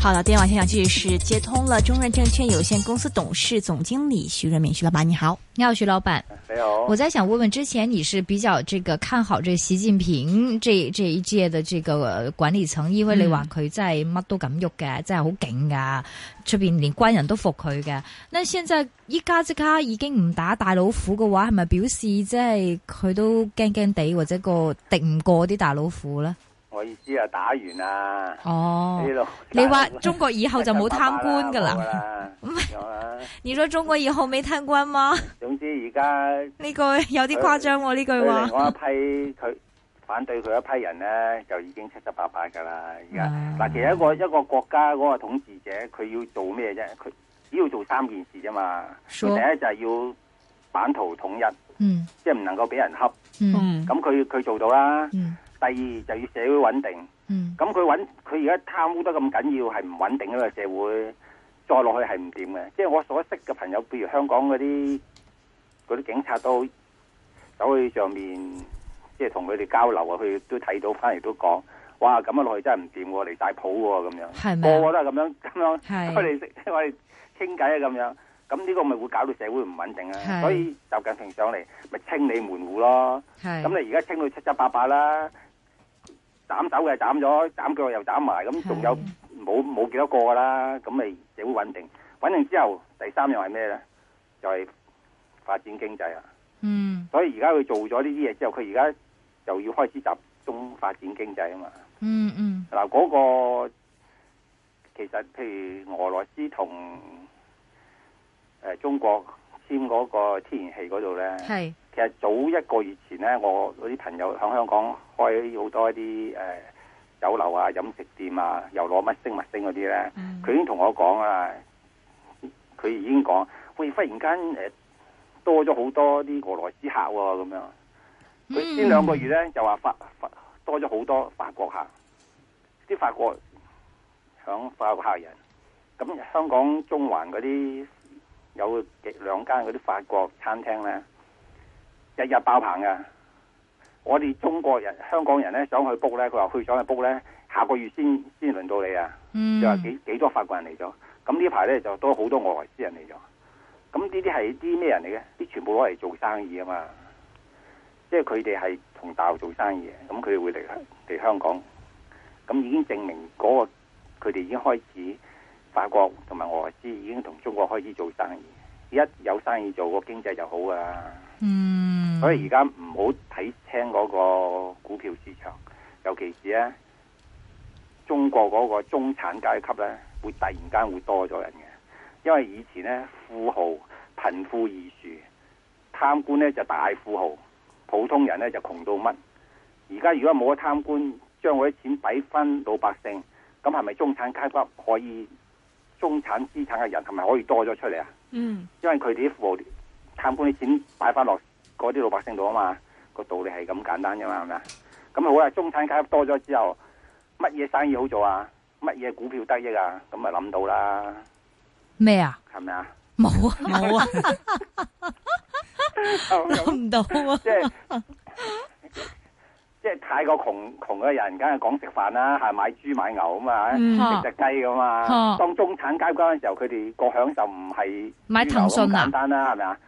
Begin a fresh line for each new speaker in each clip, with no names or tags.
好了，电话现场继续是接通了中润证券有限公司董事总经理徐润明，徐老板你好。
你好，徐老板。
你好，
我在想问问，之前你是比較即係看好即係習近平這這一屆的這個呃管理層，因為你話佢真係乜都敢喐嘅，真係好勁噶，出邊連軍人都服佢嘅。那現在依家即刻已經唔打大老虎嘅話，係咪表示即係佢都驚驚地，或者個敵唔過啲大老虎咧？
我意思啊，打完啦，
哦
呢，度
你話中國以後就冇貪官㗎 啦
冇㗎啦，啊
你說中國以後沒貪官嗎？
總之而家
呢句有啲誇張喎，呢
佢
句話。
另外一批佢反對佢一批人咧，就已經七七八八㗎啦。而家
啊
嗱，其實一個一個國家嗰個統治者，佢要做咩啫？佢只要做三件事啫嘛。佢
說
第一就係要版圖統一，
嗯
即係唔能夠俾人恰。
嗯
嗯
咁佢佢做到啦。
嗯
第二就要社會穩定。
嗯
咁佢穩，佢而家貪污得咁緊要，係唔穩定一個社會，再落去係唔掂嘅。即係我所識嘅朋友，譬如香港嗰啲嗰啲警察都走去上面，即係同佢哋交流啊，佢都睇到翻嚟都講，哇咁啊落去真係唔掂喎，離晒譜喎咁
係
樣，
咪啊
個個都係咁樣咁樣，
係
我哋識我哋傾偈啊咁樣。咁呢個咪會搞到社會唔穩定啊！
係
所以習近平上嚟咪清理門戶咯。
係。
咁你而家清到七七八八啦，斬手嘅斬咗，斬腳又斬埋，咁仲有冇冇幾多個噶啦？咁咪社會穩定，穩定之後第三樣係咩咧？就係、發展經濟啊！
嗯
所以而家佢做咗呢啲嘢之後，佢而家就要開始集中發展經濟啊嘛。
嗯嗯
嗱，嗰個其實譬如俄羅斯同誒、呃中國簽嗰個天然氣嗰度咧。
係。
其實早一個月前咧，我嗰啲朋友喺香港開好多一啲誒、呃酒樓啊、飲食店啊，又攞乜星乜星嗰啲咧，
嗯
佢、已經同我講啦，佢已經講，喂，忽然間誒、呃多咗好多啲俄羅斯客喎、咁樣。
嗯
佢先兩個月咧就話法法多咗好多法國客，啲法國響法國客人，咁香港中環嗰啲有幾兩間嗰啲法國餐廳咧，日日爆棚噶。我哋中國人、香港人咧想去 book 咧，佢話去想去 book 咧，下個月先先輪到你啊！
嗯，
就話幾幾多法國人嚟咗，咁呢排咧就多好多俄羅斯人嚟咗，咁呢啲係啲咩人嚟嘅？啲全部攞嚟做生意啊嘛，即係佢哋係同大陸做生意嘅，咁佢哋會嚟香嚟香港，咁已經證明嗰、個佢哋已經開始法國同埋俄羅斯已經同中國開始做生意，而家有生意做個經濟就好啊，
嗯，
所以而家唔好睇清嗰個股票市場，尤其是咧。中國嗰個中產階級呢，會突然間會多咗人嘅，因為以前呢，富豪貧富懸殊，貪官呢就大富豪，普通人呢就窮到乜。而家如果冇咗貪官，將嗰啲錢俾翻老百姓，咁係咪中產階級可以中產資產嘅人係咪可以多咗出嚟啊？
嗯
因為佢哋啲富豪貪官啲錢擺翻落嗰啲老百姓度啊嘛，個道理係咁簡單啫嘛，係咪啊？咁好啦，中產階級多咗之後，乜嘢生意好做啊？乜嘢股票得益啊？咁咪諗到啦，
咩啊？
係咪啊？
冇啊，
冇 啊，
諗唔到啊。
即係即係太過窮窮嘅人，梗係講食飯啦，係買豬買牛啊嘛，
嗯
食只雞噶嘛
嚇。
當中產階級嗰陣時候，佢哋個享受唔係
買騰訊啊
豬牛咁簡單啦，係咪啊？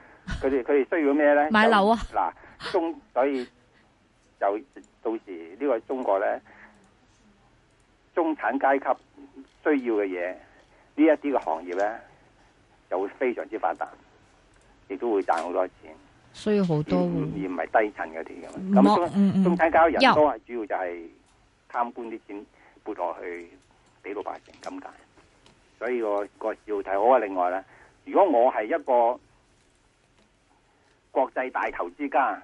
佢 哋佢哋需要咩咧？
買樓啊
就！嗱，中所以就到時呢個中國咧，中產階級需要嘅嘢，呢一啲嘅行業咧，就會非常之發達，亦都會賺好多錢。
需要好
而
多
唔
喎。
而唔係低層嗰啲咁。啊
冇
咁中
嗯嗯
中產階級
有
人多係主要就係貪官啲錢撥落去俾老百姓咁解。所以個個市好睇好啊！另外咧，如果我係一個國際大投資家，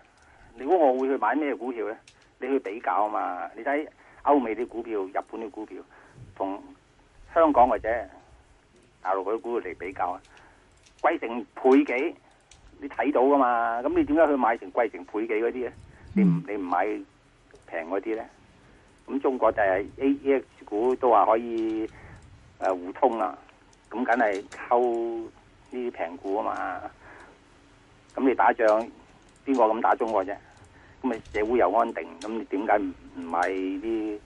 如果我會去買咩股票咧？你去比較啊嘛！你睇歐美啲股票、日本啲股票同香港或者大陸嗰啲股票嚟比較啊，貴成倍幾，你睇到噶嘛？咁你點解去買成貴成倍幾嗰啲咧？你唔你唔買平嗰啲咧？咁中國就係 A E X 股都話可以诶、呃互通啦，咁梗係溝呢啲平股啊嘛。咁你打仗邊個咁打中國啫？咁咪社會又安定，咁你點解唔唔買啲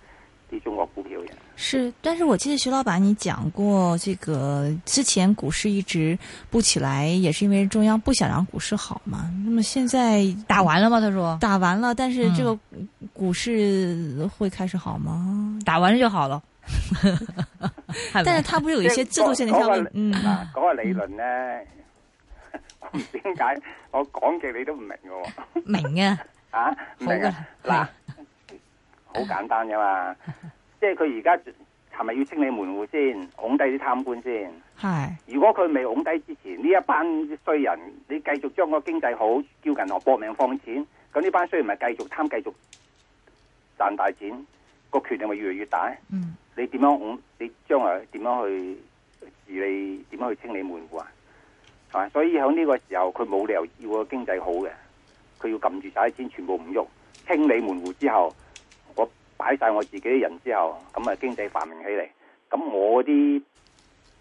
啲中國股票嘅？
是，但是我记得徐老板你讲过，这个之前股市一直不起来，也是因为中央不想让股市好嘛。那么现在
打完了吗？他说
打完了，但是这个
嗯
股市会开始好吗？
打完了就好了，系
但
咪
是？它不是有一些制度性的一些问题，嗯，
嗱，嗰、個理論咧， 我唔知點解我講極你都唔明嘅喎，
明嘅，
啊，唔
嗯
明啊，嗱，好簡單噶嘛，即係佢而家係咪要清理門户先，拱低啲貪官先？
嗨，
如果佢未拱低之前，呢一班衰人，你繼續將個經濟好，叫銀行搏命放錢，咁呢班衰人咪繼續貪，繼續賺大錢，個權力咪越嚟越大。
嗯，
你點樣拱？你將來點樣去治理？點樣去清理門户啊？係嘛？所以喺呢個時候，佢冇理由要個經濟好嘅，佢要撳住晒啲錢，全部唔喐，清理門户之後，我擺晒我自己啲人之後，咁啊經濟繁榮起嚟，咁我啲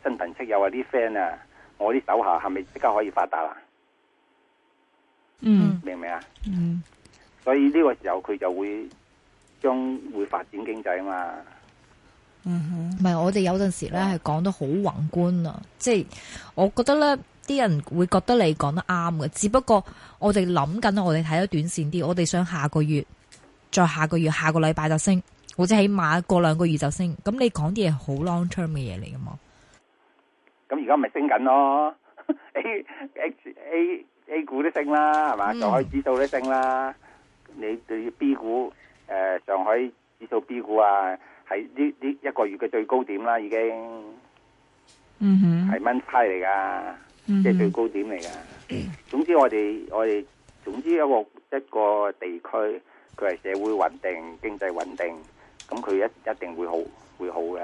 親朋戚友啊、啲 friend 啊，我啲手下係咪即刻可以發達啊？
嗯
明唔明啊？
嗯，
所以呢個時候佢就會將會發展經濟啊嘛。
嗯哼，
唔係我哋有陣時咧係講得好宏觀啊，即係我覺得咧啲人會覺得你講得啱嘅，只不過我哋諗緊，我哋睇得短線啲，我哋想下個月，再下個月，下個禮拜就升，或者起碼過兩個月就升。咁你講啲嘢好 long term 嘅嘢嚟噶嘛？
咁而家咪升緊咯 ，A H A A 股都升啦，係嘛？
嗯
上海指數都升啦。你對 B 股，誒、上海指數 B 股啊，係呢呢一個月嘅最高點啦，已經
嗯哼，
係蚊派嚟噶，
嗯
即係最
哼，
高點嚟噶。總之我哋我哋總之一個一個地區，佢係社會穩定、經濟穩定，咁佢一一定會好會好嘅。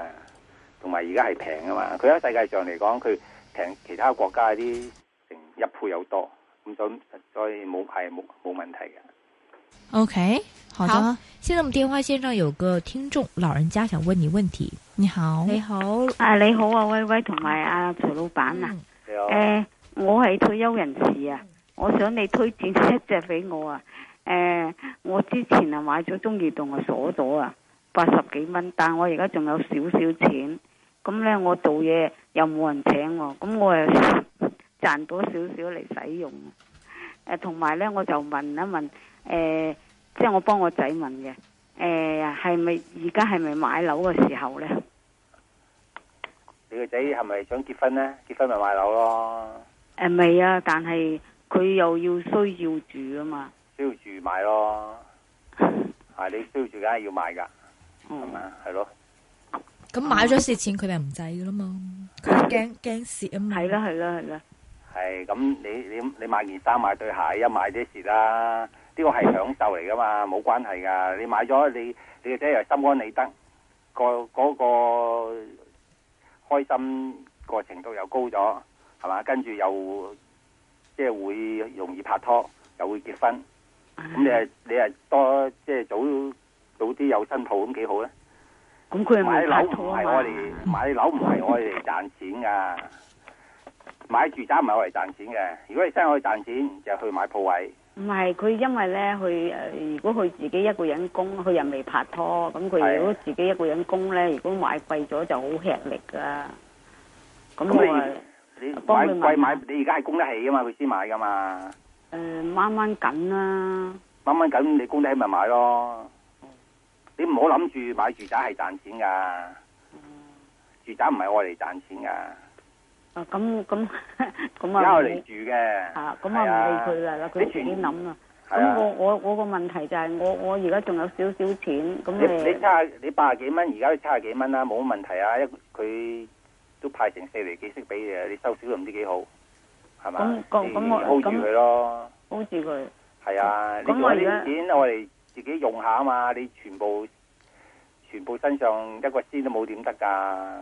同埋而家係平啊嘛，佢喺世界上嚟講，佢平其他國家啲成一倍有多，咁所以所以冇係冇冇問題嘅。
，OK，好的，
好現在我們電話線上有個聽眾老人家想問你問題。
你好，
你好，
啊，你好啊，威威同埋阿徐老闆
嗯
啊，
你好
诶、我係退休人士啊，我想你推薦一隻俾我啊，诶、我之前啊買咗中移動啊鎖咗啊，八十幾蚊，但我而家仲有少少錢，咁呢，我做嘢又冇人請我，咁我又賺到少少嚟使用，诶、同埋呢，我就問一問，诶、即係我幫我仔問嘅，诶、係咪而家係咪買樓嘅時候呢？
你個仔係咪想結婚呢？結婚咪買樓咯，
诶，未啊，但系佢又要需要住啊嘛。
需要住 買咯。啊，你需要住梗係要買㗎，係
嗯，
嘛？係咯。
咁買咗蝕錢佢哋唔制噶啦嘛，佢驚驚蝕啊嘛。
系
嗯
啦系啦系啦，
係咁，你你你買件衫買對鞋，一買啲事啦。呢個係享受嚟噶嘛，冇關係噶。你買咗你你個仔又心安理得，個嗰、個開心個程度又高咗，係嘛？跟住又即係會容易拍拖，又會結婚。咁你係你係多即係早早啲有新抱咁幾好咧？
咁佢又
買
咪
樓
拍
唔
拖啊
係我哋
嘛。
買樓唔係我哋賺錢噶，買住宅唔係我哋賺錢嘅。如果你真係我哋賺錢，就去買鋪位。
唔系佢，因為咧，佢诶、呃如果佢自己一個人供，佢又未拍拖，咁佢
係
如果自己一個人供咧，如果買貴咗就好吃力噶。咁
咁
我诶
你你
幫
買
佢問
貴買，你而家係供得起噶嘛？佢先買噶嘛。
呃掹掹緊啦，
掹掹緊，你供得起咪買咯。你唔好諗住買住宅係賺錢噶，住宅唔係我哋賺錢噶，
啊咁咁 咁
而家
啊
我哋
唔理，
住嘅。
啊咁
係
啊唔理佢啦，佢自己諗啊。
係
咁
啊
我我我個問題就係我我而家仲有少少錢，咁
你你
誒
七下你八十幾蚊，而家都七十幾蚊啦，冇乜問題啊！一佢都派成四厘幾息俾你，你收少都唔知幾好，係嘛？
咁咁
你
咁我
hold 住佢咯，
好似佢。
係啊！你
咁我
攞
而家
啲錢我哋自己用下啊嘛，你全部全部身上一個仙都冇點得㗎，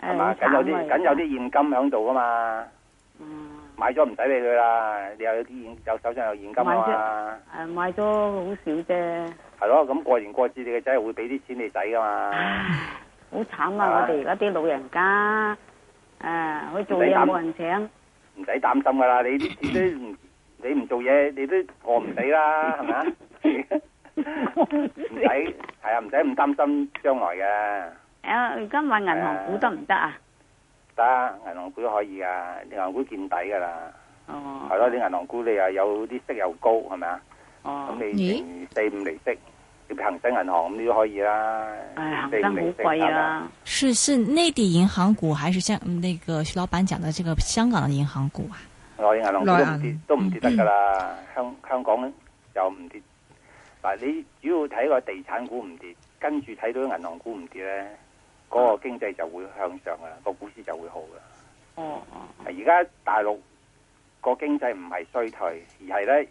誒
係嘛？梗有啲梗有。
好慘啊
啲現金喺度㗎嘛，
嗯
買咗唔使理佢啦，你又有啲現有手上有現金啊嘛，
诶，买咗好少啫，
係咯，咁過年過節你嘅仔會俾啲錢你仔噶嘛，
好慘啊！我哋而家啲老人家，诶、去做嘢冇人請，
唔使擔心噶啦，你啲錢都唔你唔做嘢，你都餓唔死 啦，係咪啊？唔使係啊，唔使咁擔心將來嘅。
诶、而家買銀行股得唔得啊？
得，銀行股都可以噶，銀行股見底噶啦，
哦，
係咯，啲銀行股你又有啲息又高，係咪啊？
哦，
咁
咦
你成四五厘息，你恒生銀行咁你都可以啦
唉，，恒
四五
生好
厘息
貴！啊！
是是内地银行股还是像嗯那个徐老板讲的这个香港的银行股啊？
我啲銀行股都唔
內
跌
銀，
都唔跌得噶啦，香香港又唔跌。嗱，你主要睇個地產股唔跌，跟住睇到銀行股唔跌咧，嗰、個經濟就會向上噶啦，個股市就會好噶啦。
哦哦，
啊而家大陸個經濟唔係衰退，而係咧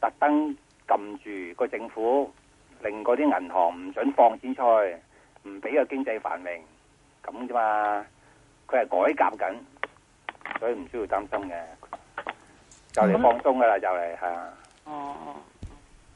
特登撳住個政府，令嗰啲銀行唔准放錢出去，唔俾個經濟繁榮，咁啫嘛。佢係改革緊，所以唔需要擔心嘅。就嚟放鬆噶啦，就嚟係啊！
哦哦，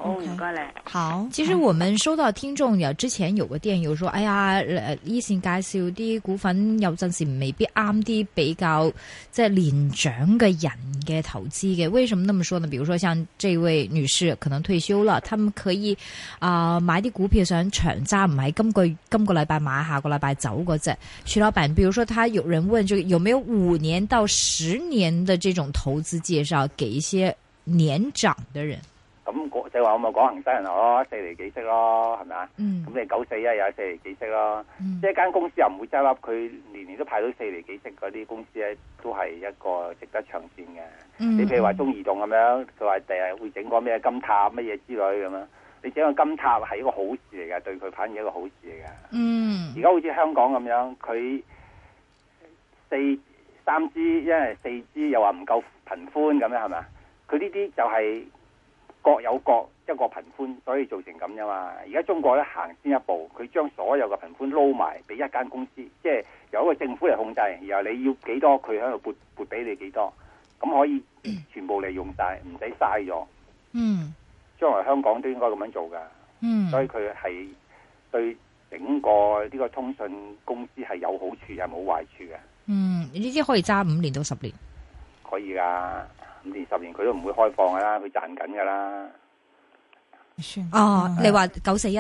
好唔該你。
好，
其实
好
我们收到听众有之前有个店友说，哎呀，诶以前介绍啲股份有阵时未必啱啲比较即系年长嘅人嘅投资嘅。为什么那么说呢？比如说像这位女士可能退休啦，他们可以啊、买啲股票想长揸，唔系今个今个礼拜买，下个礼拜走嗰只。徐老板，比如说他有人问，就有没有五年到十年的这种投资介绍给一些年长的人？
咁嗰就話我咪講恒生銀行咯，四厘幾息咯，係咪啊？
嗯
咁你九四一又有四厘幾息咯。
嗯
即係間公司又唔會執笠，佢年年都派到四厘幾息嗰啲公司咧，都係一個值得長線嘅。
嗯
你譬如話中移動咁樣，佢話第日會整個咩金塔乜嘢之類咁樣，你整個金塔係一個好事嚟㗎，對佢反而一個好事嚟㗎。
嗯
而。家好似香港咁樣，佢四三支，因為四支又話唔夠頻寬咁樣係咪啊？佢呢啲就係各有各一個頻寬，所以造成咁啫嘛。而家中國咧行先一步，佢將所有嘅頻寬撈埋俾一間公司，即係由一個政府嚟控制，然後你要幾多佢喺度撥撥俾你幾多，咁可以全部利用晒，唔使嘥咗。
嗯
將來香港都應該咁樣做㗎。
嗯
所以佢係對整個呢個通訊公司係有好處，又冇壞處嘅，
嗯，呢啲可以揸五年到十年。
可以噶。五年十年佢都唔會開放噶啦，佢賺緊噶啦，
是
哦，
嗯
你话九四一、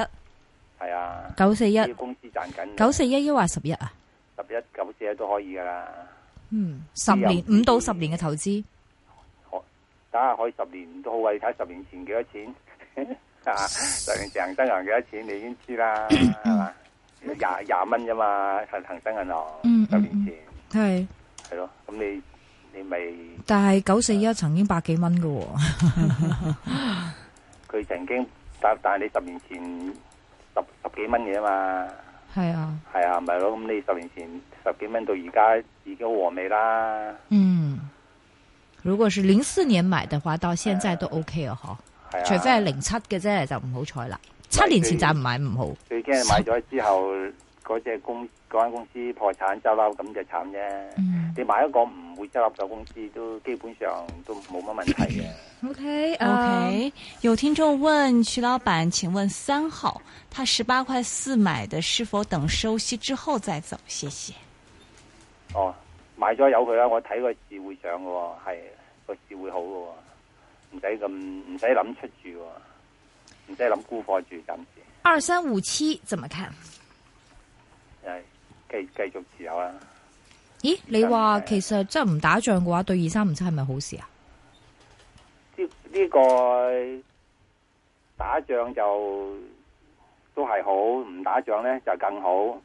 係啊。
九四一
呢、啲公司賺緊
九四一，抑或十一啊？
十一九四都可以噶啦，
嗯，十年
嗯
五到十年嘅投资，
睇下可以十年都好啊！你睇十年前幾多錢 啊？十年前恒生銀行幾多錢你已經知啦，係嘛？廿廿蚊啫嘛，恒恒生銀行
嗯
十年前
系，
係咯，咁你你咪。
但系九四一曾经百几蚊嘅喎，
佢曾經但但係你十年前十十幾蚊嘅啫嘛，
系啊，
係啊，咪咯，咁你十年前十幾蚊到而家已經好和味啦，
嗯。如果是零四年买嘅话，到現在都 OK 啊，嗬。
係啊。
除非係零七嘅啫，就唔好彩啦。七年前就唔買唔好。
最驚係買咗之後，嗰只公嗰間公司破產執笠，咁就慘啫。
嗯
你買一個唔會執笠嘅公司，都基本上都冇乜問 題嘅。
OK 啊
OK，有听众问徐老板，请问三号他十八块四买的，是否等收息之后再走？谢谢。
哦，買咗有佢啦，我睇個市會上嘅喎，係個市會好嘅喎，唔使咁唔使諗出住喎，唔使諗沽貨住暫時。
二三五七怎麼看？
诶，继继续持有啊啦。
咦，你話其實真係唔打仗嘅話，對二三五七係咪好事啊？
呢呢、個打仗就都係好，唔打仗呢就更好，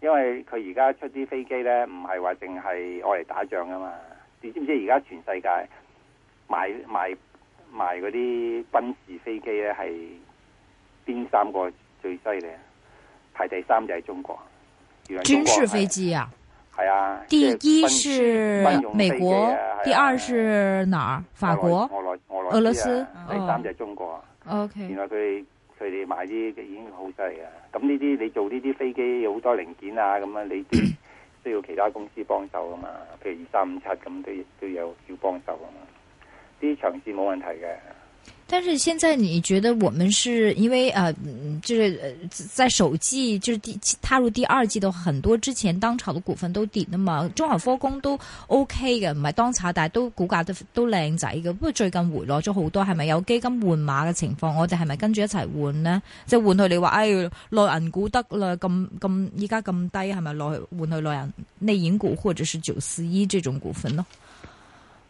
因為佢而家出啲飛機呢，唔係話淨係愛嚟打仗噶嘛。你知唔知而家全世界賣賣賣嗰啲軍事飛機呢係邊三個最犀利啊？排第三就係中國。原來中哎
軍
國
事
係
飛機啊？
係啊，
第
即係
一
軍
是
軍用
美
飛機
国
啊，
第
係啊
二是哪儿？法国。
俄羅俄羅
俄
俄
羅
羅
斯
斯
哦嗯
啊，第三就係中國啊。原
OK，
來佢哋佢哋買 啲已經好犀利啊！咁呢啲你做呢啲飛機有好多零件啊，咁樣你都需要其他公司幫手噶嘛，譬如二三五七咁都都有要幫手噶嘛，啲長線冇問題嘅。
但是现在你觉得我们是因为呃，嗯就是呃在首季就是第踏入第二季的话，很多之前当炒嘅股份都跌啊嘛，中航科工都 O K 嘅，唔係當炒，但係都股價都都靚仔嘅。不過最近回落咗好多，係咪有基金換馬嘅情況？我哋係咪跟住一齊換呢？即係換去你話，哎，內銀股得啦，咁咁依家咁低，係咪落去換去內銀內銀股或者是九四一這種股份咯？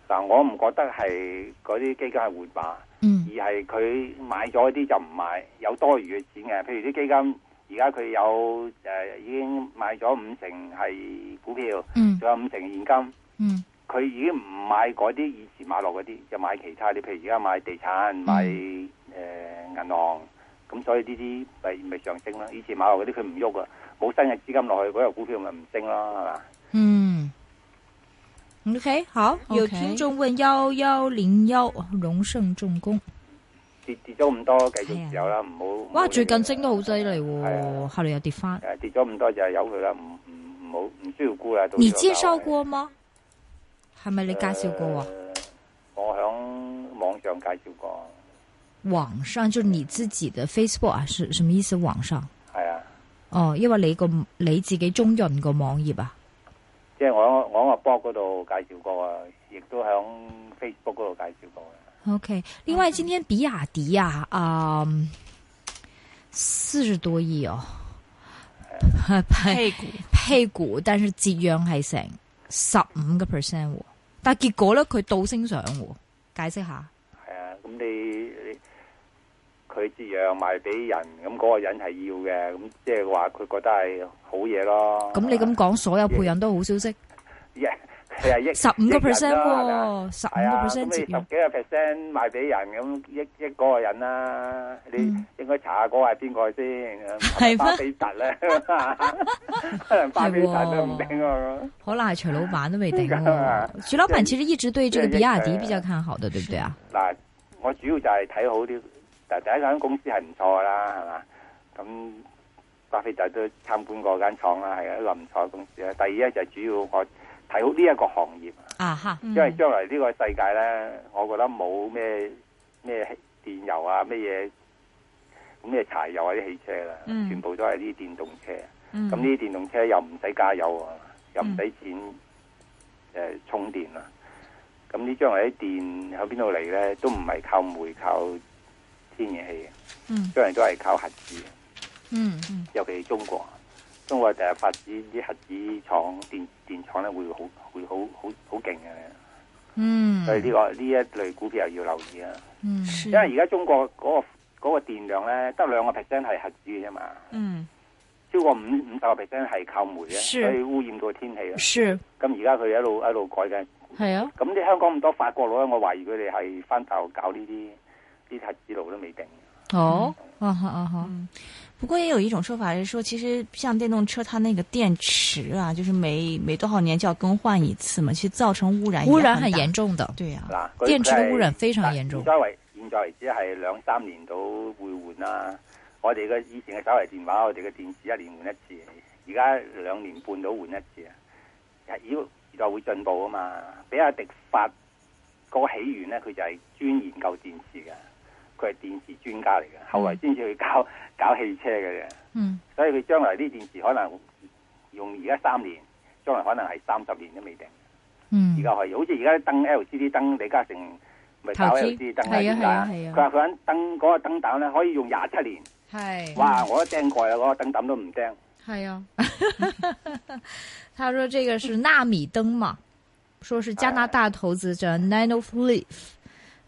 嗱，我唔覺得係嗰啲基金係換馬，
嗯
而係佢買咗啲就唔買，有多餘嘅錢嘅。譬如啲基金而家佢有誒、呃已經買咗五成係股票，
嗯
仲有五成現金，
嗯
佢已經唔買嗰啲以前買落嗰啲，就買其他啲，譬如而家買地產、買誒、
嗯
呃、銀行，咁所以呢啲咪咪上升啦。以前買落嗰啲佢唔喐啊，冇新嘅資金落去，嗰個股票咪唔升啦，係嘛？
嗯。OK，好，有
OK
听众问幺幺零幺荣盛重工，
跌跌咗咁多，繼續持有啦，唔好。唔好
啊哇，
理
最近
佢
升得好犀利
係
喎，
啊
後嚟又跌翻。
誒跌咗咁多就係由佢啦，唔唔唔好唔需要估啦。到
你
呢個
介
價
紹
位
過嗎？係咪你介紹過啊？
誒我響網上介紹過，
網上就是你自己的 Facebook 啊，是什麼意思？網上
係啊，
哦，因為你個你自己中潤個網頁啊。
即係我我喺個 blog 嗰度介紹過啊，亦都響 Facebook 嗰度介紹過啊嘅。
OK，另外今天比亞迪啊，啊、四十多億哦，配
配股
配股，但是折讓係成十五個 percent，喎但係結果咧佢倒升上喎，解釋下。
係啊，咁你你佢折讓賣俾人，咁嗰個人係要嘅，咁即係話佢覺得係好嘢咯。
咁你 咁講，所有配人都好消息，
Yeah，係啊，益
十五個
益人
percent
啦
喎，十五
係啊，
個
咁
percent
你
折
十幾
讓。
個 percent 賣俾人，咁益益嗰個人啦、你
嗯
應該查下嗰個係邊 個先？
係咩
巴菲特咧，可能 巴菲特都唔定啊！
可能係徐老闆都未定
咁啊
喎。徐老闆其實一直對這個
即係
比亞迪
一個
比較看好的，對不對啊？
嗱，我主要就係睇好啲，嗱第一間公司係唔錯噶啦，係嘛？咁巴菲特都參觀過間廠啦，係一個唔錯嘅公司啦。第二咧就係主要我睇好呢一個行業。
啊哈，
因為將來呢個世界咧，我覺得冇咩咩電油啊，咩嘢咁咩柴油啊啲汽車啦，
嗯
全部都係啲電動車。咁
嗯
呢啲電動車又唔使加油啊，又
嗯
唔使錢誒、呃充電啊。咁呢將來啲電喺邊度嚟咧？都唔係靠煤靠天然氣嘅，
嗯
將來都係靠核子嘅。
嗯
尤其係中國，中國第日發展啲核子廠、電電廠咧，會好會好好好勁嘅。
嗯
所以呢、個呢一類股票又要留意啊，
嗯
是
因為而家中國嗰、個嗰、個電量咧，得兩個 percent 係核子嘅啫嘛，
嗯
超過五五十個 percent 係靠煤咧，
是
所以污染到天氣啦。
是
咁而家佢一路一路改緊，
係
嗯
啊，
咁啲香港咁多法國佬咧，我懷疑佢哋係翻大陸搞呢啲啲核子爐都未定。
哦啊哈啊哈，
嗯。不过也有一种说法是说，其实像电动车，它那个电池啊，就是每每多少年就要更换一次嘛，其实造成污染也
污染很
大
嚴。重的，
哎对呀、啊
嗱，佢
電池嘅
佢係
污染非常嚴重
現在為現在為止係兩三年到會換啦。我哋嘅以前嘅手提電話，我哋嘅電池一年換一次，而家兩年半到換一次啊。係要時代會進步啊嘛。比亞迪發嗰個起源咧，佢就係專研究電池嘅，佢係電池專家嚟嘅。後來先至去搞 搞汽車嘅啫。
嗯
所以佢將來啲電池可能用而家三年，將來可能係三十年都未定。而
嗯
家可以，好似而家燈 LCD 燈，李嘉誠咪搞
投資
LCD 燈
係啊係啊
啦，
係啊
佢話佢揾燈嗰個燈膽咧可以用廿七年，
係
哇！我都釘過啊，嗰個燈膽都唔 釘，
係啊，他說這個是納米燈嘛，說是加拿大投資者 Nanofleaf，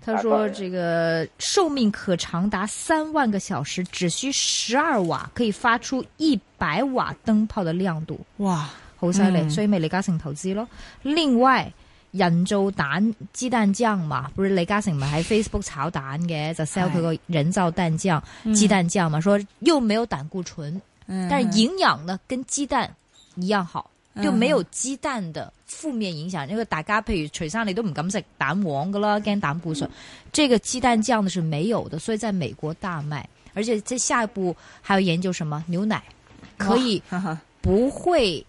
他说这个寿命可长达三万个小时，只需十二瓦可以发出一百瓦灯泡的亮度，
哇，
好犀利，
嗯
所以咪李嘉誠投資咯。另外。人造蛋雞蛋醬嘛，不是李嘉誠咪喺 Facebook 炒蛋嘅，就 sell 佢個人造蛋醬、雞蛋醬嘛，說又沒有膽固醇，
嗯
但是营养呢跟鸡蛋一样好，
嗯
就没有鸡蛋的负面影响。因为大家譬如徐生你都唔敢食蛋黄噶啦，惊胆固醇。这个鸡蛋酱呢是没有的，所以在美国大卖。而且这下一步还要研究什么牛奶，可以
哈哈
不会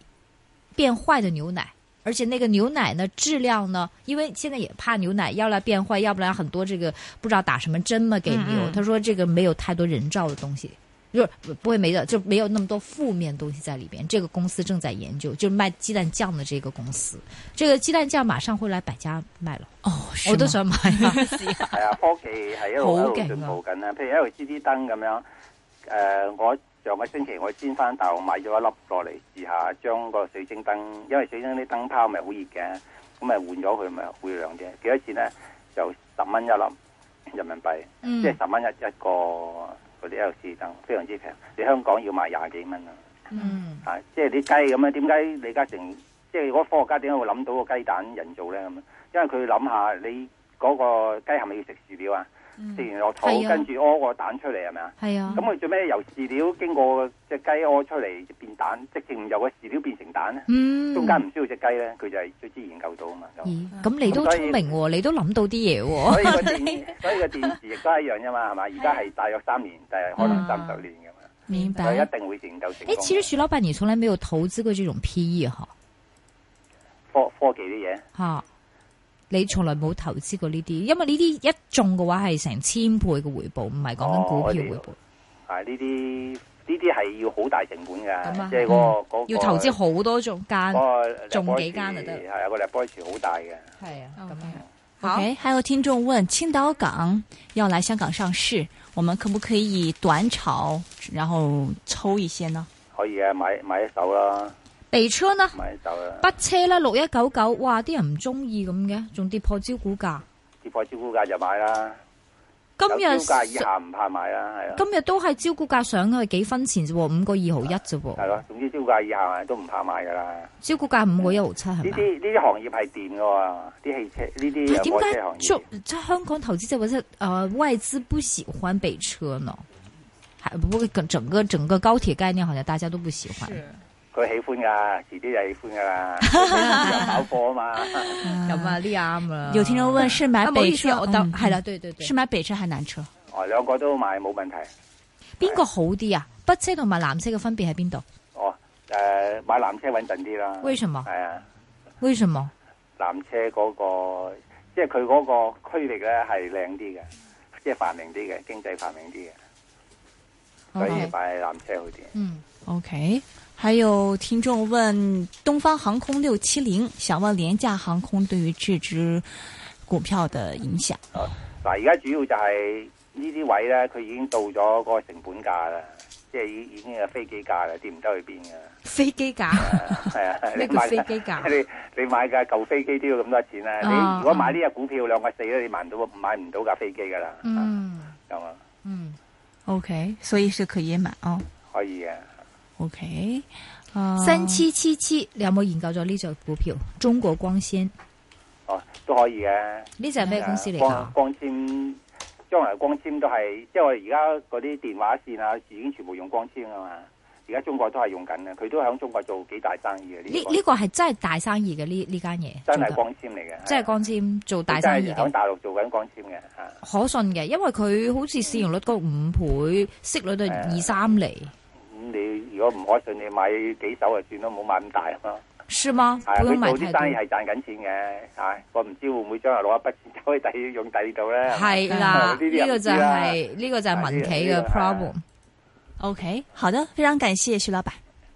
变坏的牛奶。而且那个牛奶呢，质量呢，因为现在也怕牛奶要来变坏，要不然很多这个不知道打什么针嘛给牛。
嗯嗯
他说这个没有太多人造的东西，就是不不会没的，就没有那么多负面东西在里边。这个公司正在研究，就是卖鸡蛋酱的这个公司，这个鸡蛋酱马上会来百家卖了，
哦，是
我都
吗
想买 啊！
係啊，科技係一路
好
一路
勁啊
進步緊啦。譬如 LCD 燈咁樣，誒、呃我上個星期我先翻大陸買咗一粒落嚟試下，將個水晶燈，因為水晶啲燈泡咪好熱嘅，咁咪換咗佢咪會涼啫。幾多錢咧？就十蚊一粒人民幣，
嗯
即係十蚊一一個嗰啲 LCD 燈，非常之平。你香港要賣廿幾蚊啊！
嗯
啊，即係啲雞咁樣，點解李嘉誠即係嗰個科學家點解會諗到個雞蛋人造咧咁啊？因為佢諗下你嗰個雞係咪要食飼料啊？食完落肚
係啊
跟住屙個蛋出嚟係咪啊？
係啊
咁，佢最尾由飼料經過只雞屙出嚟變蛋，即係由個飼料變成蛋咧，
嗯，
中間唔需要只雞咧，佢就係最之研究到啊嘛。咁
咦，咁你都
咁所以
聰明喎，你都諗到啲嘢喎。
所以個電，所以個電視亦都係一樣啫嘛，係嘛？而家係大約三年，但係可能三十年咁樣，
明
佢
白。
一定會研究成
哎，
功
其實
嘅。
徐老闆，你從來沒有投資過這種 E 啊 PE 哈？
科科技啲嘢。
吓、你從來冇投資過呢啲，因為呢啲一中嘅話係成千倍嘅回報，唔係講緊
哦
股票回報，
啊！呢啲呢啲係要好大成本
咁啊
㗎，即係嗰個嗰個
要投資好多種間，
嗰個
中幾間就得
係啊，個 l a b o r a t o 好大嘅。
係
哦
啊，咁樣。
o k 还有听众问，青岛港要来香港上市，我们可不可以短炒，然后抽一些呢？
可以嘅，買買一手啦，
鼻車呢？
買一手啦。
北車啦，六一九九，哇！啲人唔中意咁嘅，仲跌破招股價。
跌破招股價就買啦，
今
有
日
招價以下唔怕買啦，係啊，
今日都係招股價上去幾分錢啫喎，五個二毫一啫
係
喎，
咯。總之招價以下都唔怕買㗎啦。
招股價五個一毫七係
呢
咪？
啲呢啲行業係掂㗎喎，啲汽車呢
但係
啲
點
火車行
解
業
中即係香港投資者或者呃外資不喜歡北車呢？還不過整整個整個高鐵概念好像大家都不喜歡。
佢喜歡㗎，遲啲就喜歡㗎 啦。有跑貨啊嘛，
咁啊，呢啱啦。
有听众问是买
啊，唔好
北
意思，
车，
我
嗯
等係啦，，對對對
是，买北车还南车？
哦，兩個都買冇問題。
邊個好啲啊？北車同埋藍車嘅分別喺邊度？
哦，誒買藍車穩陣啲啦。
為什麼？
係啊。
為什麼？
纜車嗰、個，即係佢嗰個區域咧係靚啲嘅，即係繁榮啲嘅，經濟繁榮啲嘅，所以
OK
買纜車好啲。
哦嗯，
OK，还有听众问东方航空六七零，想问廉价航空对于这只股票的影响。
嗱，而家主要就係呢啲位咧，佢已經到咗嗰個成本價啦，即係已已經係飛機價啦，跌唔得去邊 嘅。
飛機價
係啊，
咩
你
叫
買
飛
架
機價？
你 你買架舊飛機都要咁多錢啦。
啊
你如果買呢只股票兩個四咧，你買唔到買唔到架飛機噶啦。
嗯
咁啊，
嗯，
OK，所以是可以买哦。
可以嘅。
OK，啊、
三七七七，你有冇研究咗呢只股票？中國光纖
哦，都可以嘅。啊
呢只係咩公司嚟㗎
嗯光？光纖，將來光纖都係，即係我而家嗰啲電話線啊，已經全部用光纖啊嘛。而家中國都係用緊嘅，佢都喺中國做幾大生意嘅。
呢
呢個
呢個係真係大生意嘅呢呢間嘢，做
真係
得
光纖嚟嘅，啊
即係光纖做大生意
真係喺
嘅，
大陸做緊光纖嘅嚇。
可信嘅，因為佢好似市盈率高五倍，息率都
啊
二三厘，
咁你如果唔可信，你買幾手就算啦，唔好買咁大 咯。
是嗎？
係啊
不用買
佢做
太
啲
多。
生意係賺緊錢嘅嚇，我唔知會唔會將來攞一筆錢走去第二用第二度咧。
係啦，
啊呢
呢
啲
個
人
就
知啦
係呢個就係民企
啊
嘅
呢個
problem。
OK，好的，非常感谢徐老板，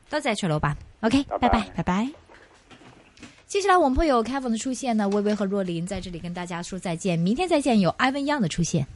多謝徐老闆，OK，
拜
拜
拜
拜。
拜拜。
接下来我们会有 Kevin 的出现呢，微微和若琳在这里跟大家说再见，明天再见，有 Ivan Young 的出现。